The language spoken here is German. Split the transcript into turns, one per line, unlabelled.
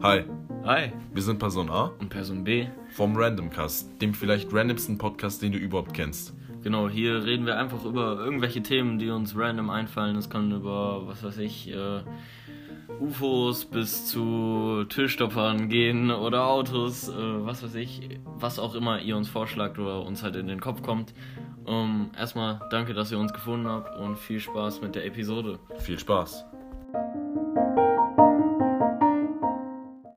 Hi,
Hi,
wir sind Person A
und Person B.
vom Randomcast, dem vielleicht randomsten Podcast, den du überhaupt kennst.
Genau, hier reden wir einfach über irgendwelche Themen, die uns random einfallen. Es kann über, was weiß ich, äh, UFOs bis zu Türstoppern gehen oder Autos, äh, was weiß ich, was auch immer ihr uns vorschlagt oder uns halt in den Kopf kommt. Ähm, erstmal danke, dass ihr uns gefunden habt und viel Spaß mit der Episode.
Viel Spaß.